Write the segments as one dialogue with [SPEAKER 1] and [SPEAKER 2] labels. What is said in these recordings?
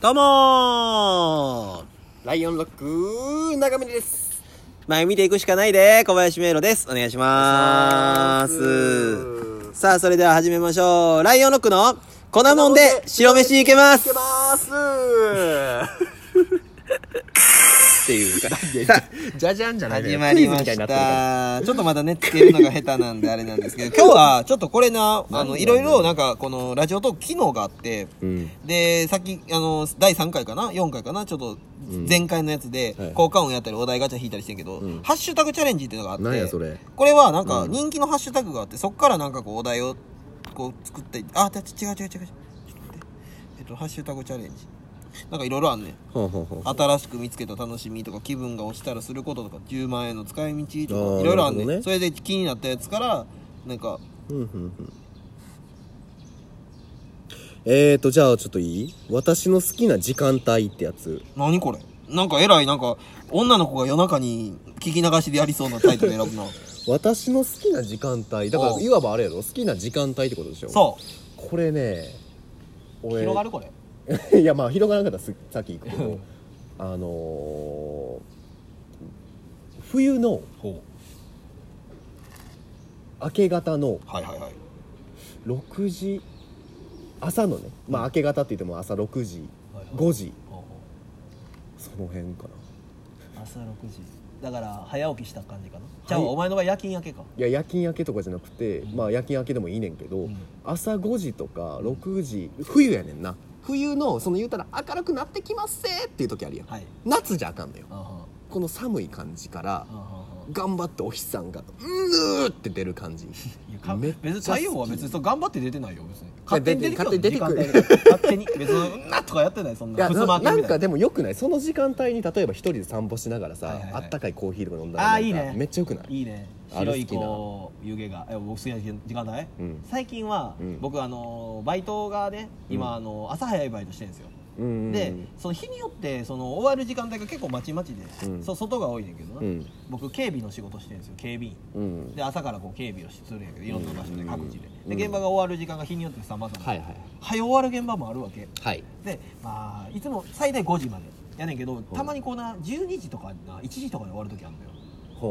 [SPEAKER 1] どうもー
[SPEAKER 2] ライオンロック、長めです。
[SPEAKER 1] 前見ていくしかないで、小林迷路です。お願いします。さあ、それでは始めましょう。ライオンロックの粉もんで白飯いけま
[SPEAKER 2] い
[SPEAKER 1] す
[SPEAKER 2] けます。
[SPEAKER 1] っていうから。
[SPEAKER 2] じゃじゃんじゃない
[SPEAKER 1] 始まりました。ちょっとまだね、つけるのが下手なんであれなんですけど、今日はちょっとこれな、あの、いろいろなんかこのラジオトーク機能があって、
[SPEAKER 2] うん。
[SPEAKER 1] で、さっき、あの、第3回かな ?4 回かなちょっと、前回のやつで
[SPEAKER 2] はい、
[SPEAKER 1] 効果音やったりお題ガチャ引いたりしてんけど、ハッシュタグチャレンジっていうのがあって、
[SPEAKER 2] なんやそれ
[SPEAKER 1] これはなんか人気のハッシュタグがあって、そっからなんかこうお題をこう作っていって、あ、違う違う違う違う。ちょっと待ってえっと、ハッシュタグチャレンジ。なんかいろいろあんねん。
[SPEAKER 2] ほうほうほう。
[SPEAKER 1] 新しく見つけた楽しみとか気分が落ちたらすることとか10万円の使い道
[SPEAKER 2] あ
[SPEAKER 1] と
[SPEAKER 2] ー
[SPEAKER 1] かいろいろあんねん
[SPEAKER 2] なるほどね
[SPEAKER 1] それで気になったやつからなんか
[SPEAKER 2] うんうんうん。えーと、じゃあちょっといい私の好きな時間帯ってやつ。
[SPEAKER 1] 何これなんかえらいなんか女の子が夜中に聞き流しでやりそうなタイトル選ぶ な
[SPEAKER 2] 私の好きな時間帯。だから、
[SPEAKER 1] おう
[SPEAKER 2] いわばあれやろ好きな時間帯ってことでしょ。
[SPEAKER 1] そう
[SPEAKER 2] これね、
[SPEAKER 1] う
[SPEAKER 2] 俺
[SPEAKER 1] 広がるこれ
[SPEAKER 2] いやまあ広がらなかったらすさっき行くけどあのー冬の明け方の
[SPEAKER 1] はいはいはい
[SPEAKER 2] 6時朝のねまあ明け方って言っても朝6時
[SPEAKER 1] はいはい
[SPEAKER 2] 5時その辺かな
[SPEAKER 1] 朝6時だから早起きした感じかな
[SPEAKER 2] じゃあお
[SPEAKER 1] 前の場合夜勤明けか
[SPEAKER 2] いや夜勤明けとかじゃなくて、
[SPEAKER 1] うん
[SPEAKER 2] まあ夜勤明けでもいいねんけど、
[SPEAKER 1] ん
[SPEAKER 2] 朝5時とか6時冬やねんな冬のその言うたら明るくなってきますせーっていう時あるやん、
[SPEAKER 1] はい
[SPEAKER 2] 夏じゃあかんのよ
[SPEAKER 1] あは
[SPEAKER 2] この寒い感じから
[SPEAKER 1] あは
[SPEAKER 2] 頑張ってお日さんがうーって出る感じ
[SPEAKER 1] か
[SPEAKER 2] めっちゃ
[SPEAKER 1] 別に太陽は別にそう頑張って出てないよ別に勝
[SPEAKER 2] 勝
[SPEAKER 1] 手
[SPEAKER 2] 手
[SPEAKER 1] に
[SPEAKER 2] に
[SPEAKER 1] 出て
[SPEAKER 2] 出て
[SPEAKER 1] く
[SPEAKER 2] く
[SPEAKER 1] る
[SPEAKER 2] る
[SPEAKER 1] 勝手に別にうん なとかやってないそん
[SPEAKER 2] い
[SPEAKER 1] な
[SPEAKER 2] や
[SPEAKER 1] ふすま開
[SPEAKER 2] な
[SPEAKER 1] け
[SPEAKER 2] な
[SPEAKER 1] み
[SPEAKER 2] ん
[SPEAKER 1] たい
[SPEAKER 2] かでもよくないその時間帯に例えば一人で散歩しながらさ、
[SPEAKER 1] はいはいはい
[SPEAKER 2] あったかいコーヒーとか飲んだ
[SPEAKER 1] あ
[SPEAKER 2] ら
[SPEAKER 1] ーいい
[SPEAKER 2] なんか
[SPEAKER 1] ね
[SPEAKER 2] めっちゃよくない
[SPEAKER 1] いいね
[SPEAKER 2] あ
[SPEAKER 1] 白
[SPEAKER 2] れ好
[SPEAKER 1] い
[SPEAKER 2] きな
[SPEAKER 1] こう湯気がえ僕好きな時間帯、
[SPEAKER 2] うん
[SPEAKER 1] 最近は、
[SPEAKER 2] うん
[SPEAKER 1] 僕あのバイトがね今、
[SPEAKER 2] うん
[SPEAKER 1] あの朝早いバイトしてるんですよ
[SPEAKER 2] うんうんうん
[SPEAKER 1] でその日によってその終わる時間帯が結構まちまちで、
[SPEAKER 2] うん
[SPEAKER 1] そう外が多いねんけどな、
[SPEAKER 2] うん
[SPEAKER 1] 僕警備の仕事してるんですよ警備員
[SPEAKER 2] うん
[SPEAKER 1] で朝からこう警備をするんやけどいろんな場所で
[SPEAKER 2] うん
[SPEAKER 1] 各地で,、
[SPEAKER 2] うん
[SPEAKER 1] で現場が終わる時間が日によってさまざま
[SPEAKER 2] はい
[SPEAKER 1] 早
[SPEAKER 2] はい
[SPEAKER 1] 終わる現場もあるわけ
[SPEAKER 2] はい
[SPEAKER 1] でまあいつも最大5時までやねんけどたまにこうな12時とかな1時とかで終わる時あるの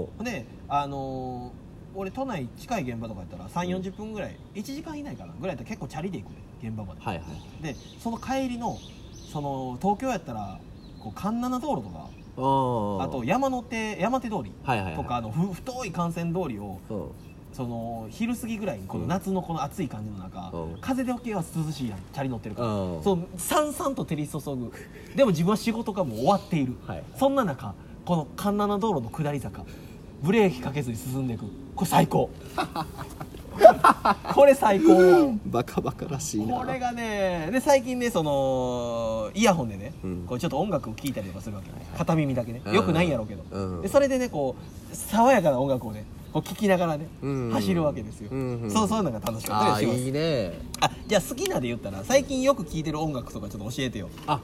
[SPEAKER 1] よ
[SPEAKER 2] ほ
[SPEAKER 1] であのー俺都内近い現場とかやったら3 4 0分ぐらい1時間以内かなぐらいやったら結構チャリで行くね現場まで、
[SPEAKER 2] はいはい
[SPEAKER 1] でその帰りのその東京やったらこう環七道路とか
[SPEAKER 2] あー
[SPEAKER 1] あと山の手山手通り
[SPEAKER 2] はいはいはい
[SPEAKER 1] とかあのふ太い幹線通りを
[SPEAKER 2] うん
[SPEAKER 1] その昼過ぎぐらいにこの
[SPEAKER 2] うん
[SPEAKER 1] 夏のこの暑い感じの中、
[SPEAKER 2] うん
[SPEAKER 1] 風で起きは涼しいやんチャリ乗ってるから、
[SPEAKER 2] うん
[SPEAKER 1] そうさんさんと照り注ぐでも自分は仕事がもう終わっている、
[SPEAKER 2] はい
[SPEAKER 1] そんな中この環七道路の下り坂ブレーキかけずに進んでいくこれ最 高これ最高
[SPEAKER 2] バカバカらしいな
[SPEAKER 1] これがねで最近ねそのイヤホンでね、
[SPEAKER 2] うん
[SPEAKER 1] こうちょっと音楽を聴いたりとかするわけ、
[SPEAKER 2] はい
[SPEAKER 1] 片耳だけね
[SPEAKER 2] うん
[SPEAKER 1] よくないんやろうけど、
[SPEAKER 2] うん
[SPEAKER 1] でそれでねこう爽やかな音楽をねこう聴きながらね、
[SPEAKER 2] うん
[SPEAKER 1] 走るわけですよ、
[SPEAKER 2] うん
[SPEAKER 1] そうそういうのが楽しか
[SPEAKER 2] あ
[SPEAKER 1] った
[SPEAKER 2] あ
[SPEAKER 1] りします
[SPEAKER 2] いいね
[SPEAKER 1] あじゃあ好きなで言ったら最近よく聴いてる音楽とかちょっと教えてよ
[SPEAKER 2] あ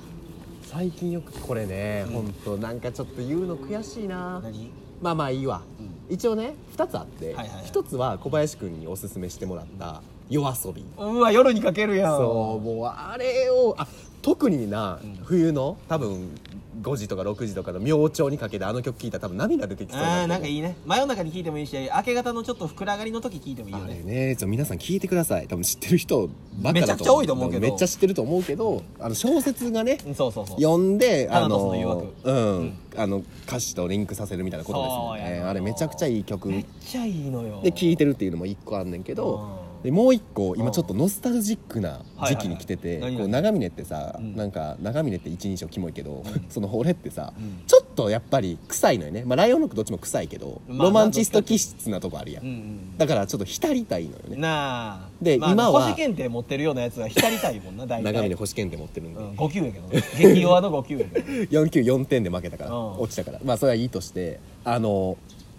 [SPEAKER 2] 最近よくこれね、
[SPEAKER 1] うん
[SPEAKER 2] ほんとなんかちょっと言うの悔しいな
[SPEAKER 1] 何
[SPEAKER 2] まあまあいいわ、
[SPEAKER 1] う
[SPEAKER 2] 一応ね2つあって、
[SPEAKER 1] はいはいはい
[SPEAKER 2] 一1つは小林くんにおすすめしてもらった夜遊び
[SPEAKER 1] うわ夜にかけるやん
[SPEAKER 2] そうもうあれをあ特にな、
[SPEAKER 1] うん
[SPEAKER 2] 冬の多分5時とか6時とかの明朝にかけてあの曲聴いたら多分涙出てきそう
[SPEAKER 1] あーなんか
[SPEAKER 2] い
[SPEAKER 1] いいね真夜中に聴いてもいいし明け方のちょっと膨らがりの時聴いてもいいよ
[SPEAKER 2] あれ
[SPEAKER 1] ね
[SPEAKER 2] ねちょっと皆さん聞いてください多分知ってる人ばっかだと思う
[SPEAKER 1] めちゃくちゃ多いと思うけど
[SPEAKER 2] めっちゃ知ってると思うけどあの小説がね
[SPEAKER 1] うんそうそうそう
[SPEAKER 2] 読んで
[SPEAKER 1] タナ
[SPEAKER 2] あ
[SPEAKER 1] トスの誘
[SPEAKER 2] の
[SPEAKER 1] 惑
[SPEAKER 2] うん、あの歌詞とリンクさせるみたいなことですもん
[SPEAKER 1] そうや
[SPEAKER 2] ね
[SPEAKER 1] な
[SPEAKER 2] あれめちゃくちゃいい曲
[SPEAKER 1] めっちゃいいのよ
[SPEAKER 2] で聴いてるっていうのも1個あんねんけど
[SPEAKER 1] うん
[SPEAKER 2] でもう一個
[SPEAKER 1] う
[SPEAKER 2] 今
[SPEAKER 1] ん
[SPEAKER 2] ちょっとノスタルジックな時期に来て
[SPEAKER 1] は
[SPEAKER 2] て、
[SPEAKER 1] いはいはい
[SPEAKER 2] こう
[SPEAKER 1] 何
[SPEAKER 2] 長峰ってさ、
[SPEAKER 1] うん
[SPEAKER 2] なんか長峰って一人称キモいけど、
[SPEAKER 1] うん
[SPEAKER 2] その俺ってさ、
[SPEAKER 1] うん
[SPEAKER 2] ちょっとやっぱり臭いのよね、まあ、ライオンの句どっちも臭いけど、
[SPEAKER 1] まあ
[SPEAKER 2] ロマンチスト気質なとこあるやん、
[SPEAKER 1] うんうん
[SPEAKER 2] だからちちょっと浸りたいのよね
[SPEAKER 1] なあ
[SPEAKER 2] で
[SPEAKER 1] まあ、
[SPEAKER 2] 今は
[SPEAKER 1] 星検定持ってるようなやつは浸りたいもんな大
[SPEAKER 2] 長
[SPEAKER 1] 体
[SPEAKER 2] 峰星検定持ってるんで、
[SPEAKER 1] うん、5級やけどね激弱の5級やけど
[SPEAKER 2] 4級4点で負けたから、
[SPEAKER 1] うん
[SPEAKER 2] 落ちたからまあそれはいいとしてあの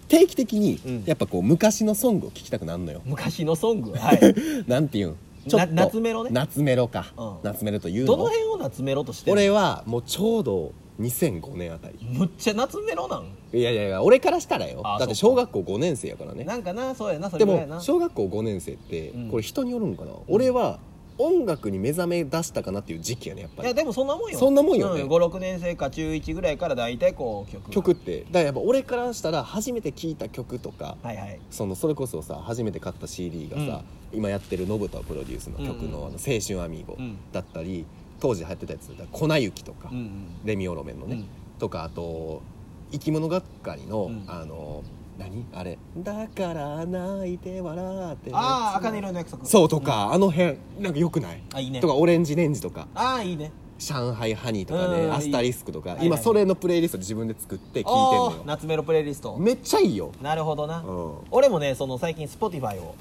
[SPEAKER 2] 定期的
[SPEAKER 1] うん
[SPEAKER 2] にやっぱこう昔のソングを聴きたくなるのよ、
[SPEAKER 1] 昔のソングはい
[SPEAKER 2] なんていうん
[SPEAKER 1] な夏メロね
[SPEAKER 2] 夏メロか、
[SPEAKER 1] うん
[SPEAKER 2] 夏メロというの
[SPEAKER 1] どの辺を夏メロとしてんの
[SPEAKER 2] 俺はもうちょうど2005年あたり
[SPEAKER 1] むっちゃ夏メロなん
[SPEAKER 2] いやいやいや俺からしたらよ
[SPEAKER 1] あ
[SPEAKER 2] だって
[SPEAKER 1] そっ
[SPEAKER 2] 小
[SPEAKER 1] か
[SPEAKER 2] 学校5年生やからね
[SPEAKER 1] なんかなそうやなそれ
[SPEAKER 2] で
[SPEAKER 1] ぐらいやな
[SPEAKER 2] も小学校5年生って
[SPEAKER 1] うん
[SPEAKER 2] これ人によるんかな、
[SPEAKER 1] ん
[SPEAKER 2] 俺は音楽に目覚め出したかなっていう時期やねやっぱ
[SPEAKER 1] いや
[SPEAKER 2] り
[SPEAKER 1] でもそんなもんよ
[SPEAKER 2] そんなもんよね
[SPEAKER 1] う56年生か中1ぐらいから大体こう曲
[SPEAKER 2] 曲ってだからやっぱ俺からしたら初めて聴いた曲とか
[SPEAKER 1] はいはい
[SPEAKER 2] そのそれこそさ初めて買った CD がさ、今やってる信太プロデュースの曲の「
[SPEAKER 1] うん
[SPEAKER 2] あの青春アミーゴ
[SPEAKER 1] うん」
[SPEAKER 2] だったり、当時流行ってたやつだ「粉雪」とか、
[SPEAKER 1] うんうん
[SPEAKER 2] レミオロメンのね、
[SPEAKER 1] うん
[SPEAKER 2] とかあと「生き物がっかりの」
[SPEAKER 1] うん
[SPEAKER 2] あの何あれ「だから泣いて笑って」
[SPEAKER 1] ああ茜色の約束
[SPEAKER 2] そうとか、あの辺なんかよくない、
[SPEAKER 1] うんあいいね
[SPEAKER 2] とか「オレンジレンジ」とか
[SPEAKER 1] ああいいね
[SPEAKER 2] 「上海ハニー」とか
[SPEAKER 1] う
[SPEAKER 2] ね「
[SPEAKER 1] ん
[SPEAKER 2] アスタリスク」とか、
[SPEAKER 1] いいはい
[SPEAKER 2] 今
[SPEAKER 1] はい
[SPEAKER 2] それのプレイリスト自分で作って聞いてん
[SPEAKER 1] お
[SPEAKER 2] の
[SPEAKER 1] ー
[SPEAKER 2] よ
[SPEAKER 1] 夏メロプレイリスト
[SPEAKER 2] めっちゃいいよ、
[SPEAKER 1] なるほどな、
[SPEAKER 2] うん
[SPEAKER 1] 俺もねその最近 Spotify を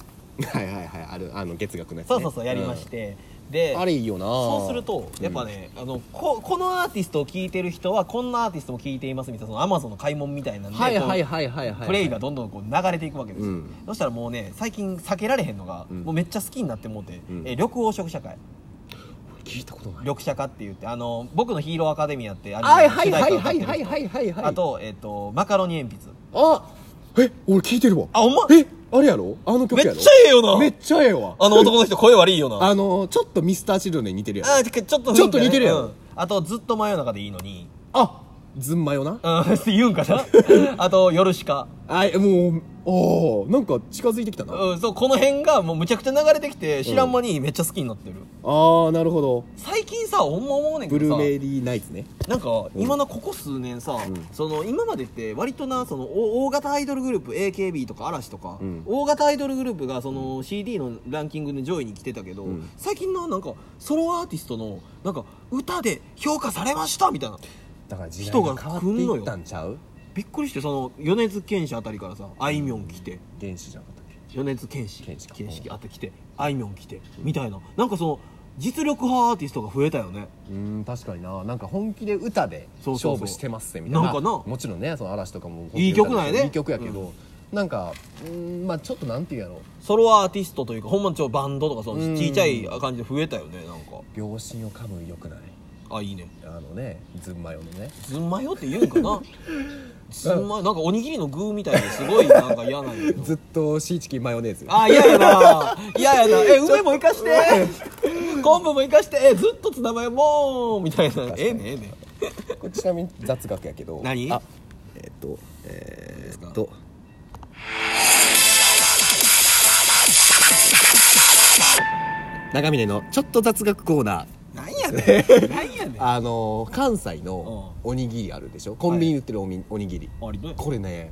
[SPEAKER 2] はいはいはいあるあの月額のやつ、ね、
[SPEAKER 1] そうそうそうやりまして、で
[SPEAKER 2] うんあれいいよな
[SPEAKER 1] そうするとやっぱ、ね、あのここのアーティストを聴いてる人はこんなアーティストも聴いていますみたいなその Amazon の買い物みたいな
[SPEAKER 2] うんん
[SPEAKER 1] で
[SPEAKER 2] はいはい
[SPEAKER 1] こ
[SPEAKER 2] はいはいうはい
[SPEAKER 1] プレイがどんどんこう流れていくわけですよ、
[SPEAKER 2] うん
[SPEAKER 1] そしたらもうね最近避けられへんのが、
[SPEAKER 2] うん
[SPEAKER 1] もうめっちゃ好きになってもうて、
[SPEAKER 2] うん
[SPEAKER 1] え緑黄色社会
[SPEAKER 2] 聞いたことない
[SPEAKER 1] 緑社会って言ってあの僕のヒーローアカデミアってア
[SPEAKER 2] はい
[SPEAKER 1] ニメの
[SPEAKER 2] は
[SPEAKER 1] 主題
[SPEAKER 2] いは
[SPEAKER 1] 歌を
[SPEAKER 2] い
[SPEAKER 1] 歌
[SPEAKER 2] は
[SPEAKER 1] ってる人
[SPEAKER 2] いはいはいはいはい
[SPEAKER 1] あと,、えっとマカロニ鉛筆
[SPEAKER 2] あえ俺聞いてるわ
[SPEAKER 1] あほんま
[SPEAKER 2] えあれやろあの曲
[SPEAKER 1] め
[SPEAKER 2] やろ
[SPEAKER 1] っちゃええよな
[SPEAKER 2] めっちゃええわ
[SPEAKER 1] あの男の人声悪いよな
[SPEAKER 2] あのちょっとミスターチルドレンに似てるやろ
[SPEAKER 1] あーちょちょっと雰囲気がね
[SPEAKER 2] ちょっと似てるやろ
[SPEAKER 1] うんあとずっと真夜中でいいのに
[SPEAKER 2] あずんまよな
[SPEAKER 1] うん 言うんかなあと夜しか
[SPEAKER 2] あもうおーなんか近づいてきたな、あ
[SPEAKER 1] うんそうこの辺がもうむちゃくちゃ流れてきて知らん間にめっちゃ好きになってる、
[SPEAKER 2] ーなるほど
[SPEAKER 1] 最近さほんま思うねん
[SPEAKER 2] ブ
[SPEAKER 1] け
[SPEAKER 2] ル
[SPEAKER 1] ど
[SPEAKER 2] ー
[SPEAKER 1] さ
[SPEAKER 2] メリーナイツね
[SPEAKER 1] なんか今のここ数年さ、その今までって割となその大大型アイドルグループ AKB とか嵐とか、
[SPEAKER 2] うん
[SPEAKER 1] 大型アイドルグループがその CD のランキングで上位に来てたけど、
[SPEAKER 2] うん
[SPEAKER 1] 最近のなんかソロアーティストのなんか歌で評価されましたみたいな
[SPEAKER 2] だから時
[SPEAKER 1] 代が変わっていった
[SPEAKER 2] んちゃう
[SPEAKER 1] びっくりしてその米津玄師あたりからさあいみょん来て、
[SPEAKER 2] 原始じゃなかったっけ
[SPEAKER 1] 米津玄師
[SPEAKER 2] 玄師か
[SPEAKER 1] 玄師あって来てあいみょん来てみたいななんかその実力派アーティストが増えたよね
[SPEAKER 2] うーん確かにななんか本気で歌で
[SPEAKER 1] そうそうそう
[SPEAKER 2] 勝負してますねみたいな
[SPEAKER 1] なんかな
[SPEAKER 2] まあもちろんねその嵐とかも本気で
[SPEAKER 1] いい曲なんやね
[SPEAKER 2] 歌でいい曲やけど、なんかうーんまあちょっとなんていうやろ
[SPEAKER 1] ソロアーティストというかほんまにちょバンドとかその
[SPEAKER 2] うん
[SPEAKER 1] ちっちゃい感じで増えたよねなんか
[SPEAKER 2] 秒針を噛むよくない
[SPEAKER 1] あいいね
[SPEAKER 2] あのねズンマヨのね
[SPEAKER 1] ずんまよって言うんか なずんまなんかおにぎりの具みたいですごいなんか嫌なんやけど
[SPEAKER 2] ずっとシーチキンマヨネーズ
[SPEAKER 1] あ嫌やな嫌やなえ梅も生かして昆布も生かしてえずっとツナマヨもうみたいなええねええね
[SPEAKER 2] これちなみに雑学やけど
[SPEAKER 1] 何
[SPEAKER 2] あえっとえーっと長峰のちょっと雑学コーナー
[SPEAKER 1] なんやねん なんやねんあ
[SPEAKER 2] あのー関西のおにぎりあるでしょコンビニに売ってるおみおにぎり
[SPEAKER 1] りどうや
[SPEAKER 2] これね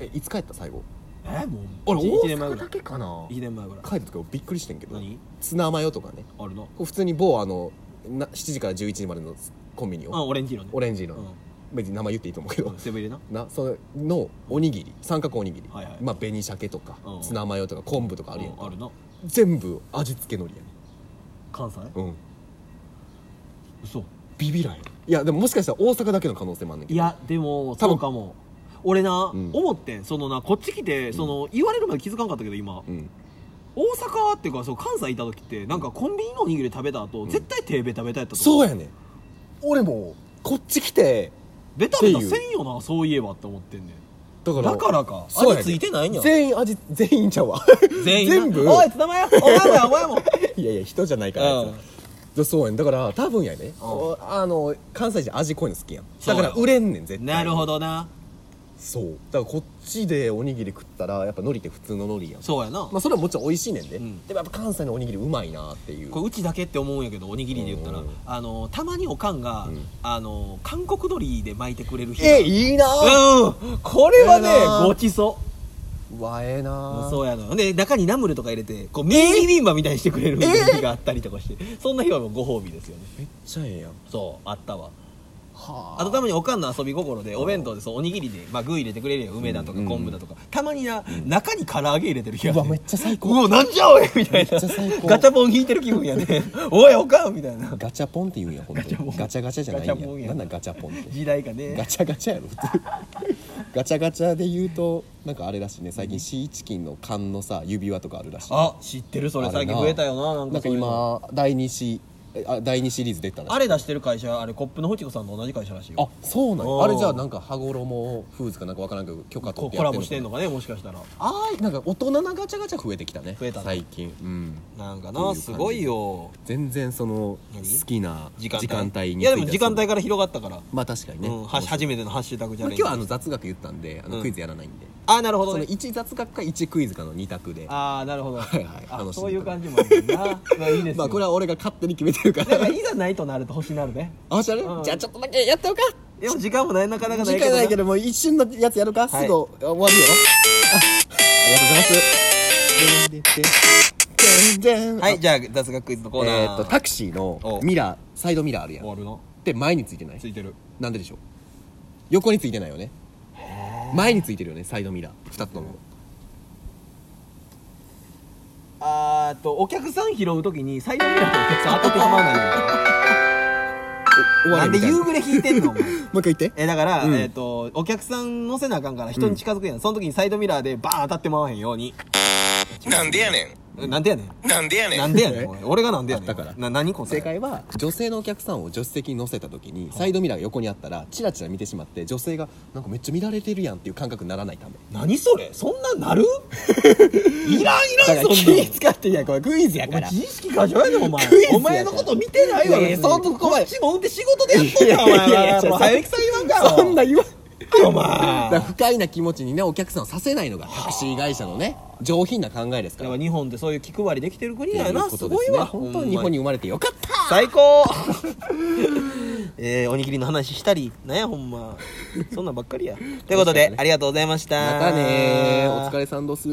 [SPEAKER 2] えいつ帰った最後
[SPEAKER 1] えもう
[SPEAKER 2] 俺
[SPEAKER 1] 1
[SPEAKER 2] 大
[SPEAKER 1] 年前ぐ
[SPEAKER 2] 阪
[SPEAKER 1] らい
[SPEAKER 2] だけかな
[SPEAKER 1] 1年前ぐらい
[SPEAKER 2] 帰った時俺びっくりしてんけど
[SPEAKER 1] 何
[SPEAKER 2] ツナマヨとかね
[SPEAKER 1] あるな
[SPEAKER 2] こう普通に某あのな7時から11時までのコンビニ
[SPEAKER 1] うん
[SPEAKER 2] を
[SPEAKER 1] オレンジ色ね
[SPEAKER 2] オレンジの、
[SPEAKER 1] うん
[SPEAKER 2] 別に名前言っていいと思うけど、
[SPEAKER 1] うんセブン入れな
[SPEAKER 2] なそれのおにぎり三角おにぎり、
[SPEAKER 1] はいはい
[SPEAKER 2] まあ紅鮭とか、
[SPEAKER 1] うん
[SPEAKER 2] ツナマヨとか昆布とかあるやん
[SPEAKER 1] うん
[SPEAKER 2] か、
[SPEAKER 1] あるな
[SPEAKER 2] 全部味付け海苔やね
[SPEAKER 1] 関西
[SPEAKER 2] うん
[SPEAKER 1] 嘘
[SPEAKER 2] ビビらへんいやでももしかしたら大阪だけの可能性もあんねんけ
[SPEAKER 1] い
[SPEAKER 2] ど
[SPEAKER 1] やでも
[SPEAKER 2] 多分
[SPEAKER 1] そうかも俺な、
[SPEAKER 2] うん
[SPEAKER 1] 思ってんそのなこっち来てその、言われるまで気づかんかったけど今、
[SPEAKER 2] うん
[SPEAKER 1] 大阪っていうかそう関西いた時ってなんかコンビニのおにぎり食べた後、絶対手ベタベタやったと
[SPEAKER 2] そう
[SPEAKER 1] や
[SPEAKER 2] やねん俺もこっち来て
[SPEAKER 1] ベタベタ
[SPEAKER 2] っていう
[SPEAKER 1] せんよなそういえばって思ってんねん
[SPEAKER 2] だから
[SPEAKER 1] だからか
[SPEAKER 2] そうやね
[SPEAKER 1] 味ついてないんや
[SPEAKER 2] 全員味全員ちゃうわ
[SPEAKER 1] 全員な
[SPEAKER 2] 全部
[SPEAKER 1] おいつなまよお前もやお前 も
[SPEAKER 2] いやいや人じゃないから、あいつ
[SPEAKER 1] うん
[SPEAKER 2] でそうやんだから多分やね、あの関西人味濃いの好きやんだから
[SPEAKER 1] そうや
[SPEAKER 2] 売れんねん絶対
[SPEAKER 1] なるほどな
[SPEAKER 2] そうだからこっちでおにぎり食ったらやっぱ海苔って普通の海苔やん
[SPEAKER 1] そうやな、
[SPEAKER 2] まあそれはもちろん美味しいねんで、
[SPEAKER 1] ん
[SPEAKER 2] でもやっぱ関西のおにぎりうまいなっていう
[SPEAKER 1] これうちだけって思うんやけどおにぎりで言ったら、
[SPEAKER 2] うん
[SPEAKER 1] あのたまにおかんが、
[SPEAKER 2] ん
[SPEAKER 1] あの韓国鶏で巻いてくれる日
[SPEAKER 2] えいいなぁ
[SPEAKER 1] うんこれはね
[SPEAKER 2] ええな
[SPEAKER 1] ごちそう
[SPEAKER 2] うわええなぁ
[SPEAKER 1] そうやのよで中にナムルとか入れてこうミニビンバみたいにしてくれる日があったりとかして、そんな日はもうご褒美ですよね
[SPEAKER 2] めっちゃええやん
[SPEAKER 1] そうあったわ
[SPEAKER 2] は
[SPEAKER 1] あとたまにおかんの遊び心でお弁当でそうおにぎりで、まあ、具入れてくれるよ梅だとか
[SPEAKER 2] うん
[SPEAKER 1] 昆布だとか、たまにな、中に唐揚げ入れてる日があって
[SPEAKER 2] うわめっちゃ最高
[SPEAKER 1] うわなんじゃおいみたいな
[SPEAKER 2] めっちゃ最高
[SPEAKER 1] ガチャポン引いてる気分やねおいおかんみたいな
[SPEAKER 2] ガチャポンって言うんやほんと
[SPEAKER 1] ガチャポン
[SPEAKER 2] ガチャガチャじゃないんや
[SPEAKER 1] ガチャポンや
[SPEAKER 2] なんなんガチャポンって
[SPEAKER 1] 時代が
[SPEAKER 2] ガ
[SPEAKER 1] ね
[SPEAKER 2] チャガチャやろ普通 ガチャガチャで言うとなんかあれらしいね最近シーチキンの缶のさ指輪とかあるらしい
[SPEAKER 1] あ知ってるそれ
[SPEAKER 2] あれ
[SPEAKER 1] 最
[SPEAKER 2] な
[SPEAKER 1] 近増えたよななんか
[SPEAKER 2] なんか
[SPEAKER 1] そういうの
[SPEAKER 2] 今第二子えあ第2シリーズ出たらしい
[SPEAKER 1] あれ出してる会社あれコップのホチコさんと同じ会社らしいよ
[SPEAKER 2] あそうなん
[SPEAKER 1] おー
[SPEAKER 2] やあれじゃあなんか羽衣フーズかなんかわからんけど許可取
[SPEAKER 1] こ
[SPEAKER 2] って
[SPEAKER 1] コ
[SPEAKER 2] や
[SPEAKER 1] ラ
[SPEAKER 2] って
[SPEAKER 1] ボ
[SPEAKER 2] る
[SPEAKER 1] してんのかねもしかしたら
[SPEAKER 2] ああなんか大人なガチャガチャ増えてきたね
[SPEAKER 1] 増えたね
[SPEAKER 2] 最近うん
[SPEAKER 1] なんか
[SPEAKER 2] どう
[SPEAKER 1] な
[SPEAKER 2] いう感じ
[SPEAKER 1] すごいよ
[SPEAKER 2] 全然その
[SPEAKER 1] 何
[SPEAKER 2] 好きな
[SPEAKER 1] 時
[SPEAKER 2] 時
[SPEAKER 1] 間
[SPEAKER 2] 間
[SPEAKER 1] 帯
[SPEAKER 2] 帯に
[SPEAKER 1] いやでも時間帯
[SPEAKER 2] が
[SPEAKER 1] から広がったから
[SPEAKER 2] まあ確かにね、
[SPEAKER 1] うん、はし初めてのハッシュタグチャ
[SPEAKER 2] まあ
[SPEAKER 1] レンジ
[SPEAKER 2] 今日はあの雑学言ったんであ
[SPEAKER 1] うん
[SPEAKER 2] のクイズやらないんで、
[SPEAKER 1] あなるほど
[SPEAKER 2] その
[SPEAKER 1] ね
[SPEAKER 2] 1雑学か1クイズかの2択で
[SPEAKER 1] ああなるほど
[SPEAKER 2] はいはい楽しん
[SPEAKER 1] あ
[SPEAKER 2] で
[SPEAKER 1] そういう感じもあるもんなまあいいですよ
[SPEAKER 2] まあこれは俺が勝手に決めてるか
[SPEAKER 1] だかららいざないとなると星になるね
[SPEAKER 2] あおしゃれ、
[SPEAKER 1] うん
[SPEAKER 2] じゃあちょっとだけやってようか
[SPEAKER 1] でも時間もないなかなかないけ
[SPEAKER 2] 時
[SPEAKER 1] ど
[SPEAKER 2] 間
[SPEAKER 1] な
[SPEAKER 2] ないけどもう一瞬のやつやる
[SPEAKER 1] は
[SPEAKER 2] か、
[SPEAKER 1] い
[SPEAKER 2] すぐ終わるよあありがとうございます全然
[SPEAKER 1] はいじゃあ雑学クイズのコーナー
[SPEAKER 2] えーっとタクシーのミラーサイドミラーあるやん
[SPEAKER 1] 終
[SPEAKER 2] っ
[SPEAKER 1] わるな
[SPEAKER 2] て前についてない
[SPEAKER 1] ついてる
[SPEAKER 2] なんででしょう横についてないよね前についてるよねサイドミラー2つとも
[SPEAKER 1] あーっとお客さん拾うときにサイドミラーとお客さん当たってしまわないのよ
[SPEAKER 2] 終わ
[SPEAKER 1] なんで
[SPEAKER 2] るみた
[SPEAKER 1] 夕
[SPEAKER 2] いなもう
[SPEAKER 1] 暮れ引いてんのお前
[SPEAKER 2] 一回言って
[SPEAKER 1] えだから、
[SPEAKER 2] うん
[SPEAKER 1] えっ、とお客さん乗せなあかんから人に近づくやん、その時にサイドミラーでバーン当たってまわへんように
[SPEAKER 3] なんでやね
[SPEAKER 1] なんでやねん
[SPEAKER 3] んなんでやねん
[SPEAKER 1] なんでやねんおい俺がなんでやねん
[SPEAKER 2] あったから
[SPEAKER 1] な何答え
[SPEAKER 2] 正解は女性のお客さんを助手席に乗せた時にサイドミラーが横にあったらチラチラ見てしまって女性がなんかめっちゃ見られてるやんっていう感覚にならないため
[SPEAKER 1] 何それそんなんな るいらんいらん
[SPEAKER 2] だから
[SPEAKER 1] そん
[SPEAKER 2] 気
[SPEAKER 1] なん
[SPEAKER 2] 使っていやこれクイズや
[SPEAKER 1] お
[SPEAKER 2] か
[SPEAKER 1] 前
[SPEAKER 2] ら
[SPEAKER 1] 自意識過剰やでお前
[SPEAKER 2] クイズやから
[SPEAKER 1] お前のこと見てないわ
[SPEAKER 2] いやいや
[SPEAKER 1] 別に
[SPEAKER 2] そんなとこまで
[SPEAKER 1] っちも運転仕事でやっとんだお前
[SPEAKER 2] いやいやいや
[SPEAKER 1] もう
[SPEAKER 2] そんな
[SPEAKER 1] 早くさん言わんか
[SPEAKER 2] そんな言わん
[SPEAKER 1] お前
[SPEAKER 2] だから不快な気持ちにねお客さんをさせないのがタクシー会社のね上品な考えですか
[SPEAKER 1] だ
[SPEAKER 2] ら
[SPEAKER 1] から日本ってそういう気配りできてる国
[SPEAKER 2] い
[SPEAKER 1] だよな
[SPEAKER 2] こ
[SPEAKER 1] す
[SPEAKER 2] とで
[SPEAKER 1] ごい
[SPEAKER 2] ね
[SPEAKER 1] わ
[SPEAKER 2] 本当に日本に生まれてよかった
[SPEAKER 1] 最高 えー、おにぎりの話したりなんやほんまそんなんばっかりやということで、
[SPEAKER 2] そうですね
[SPEAKER 1] ありがとうございました
[SPEAKER 2] またねお疲れさんどす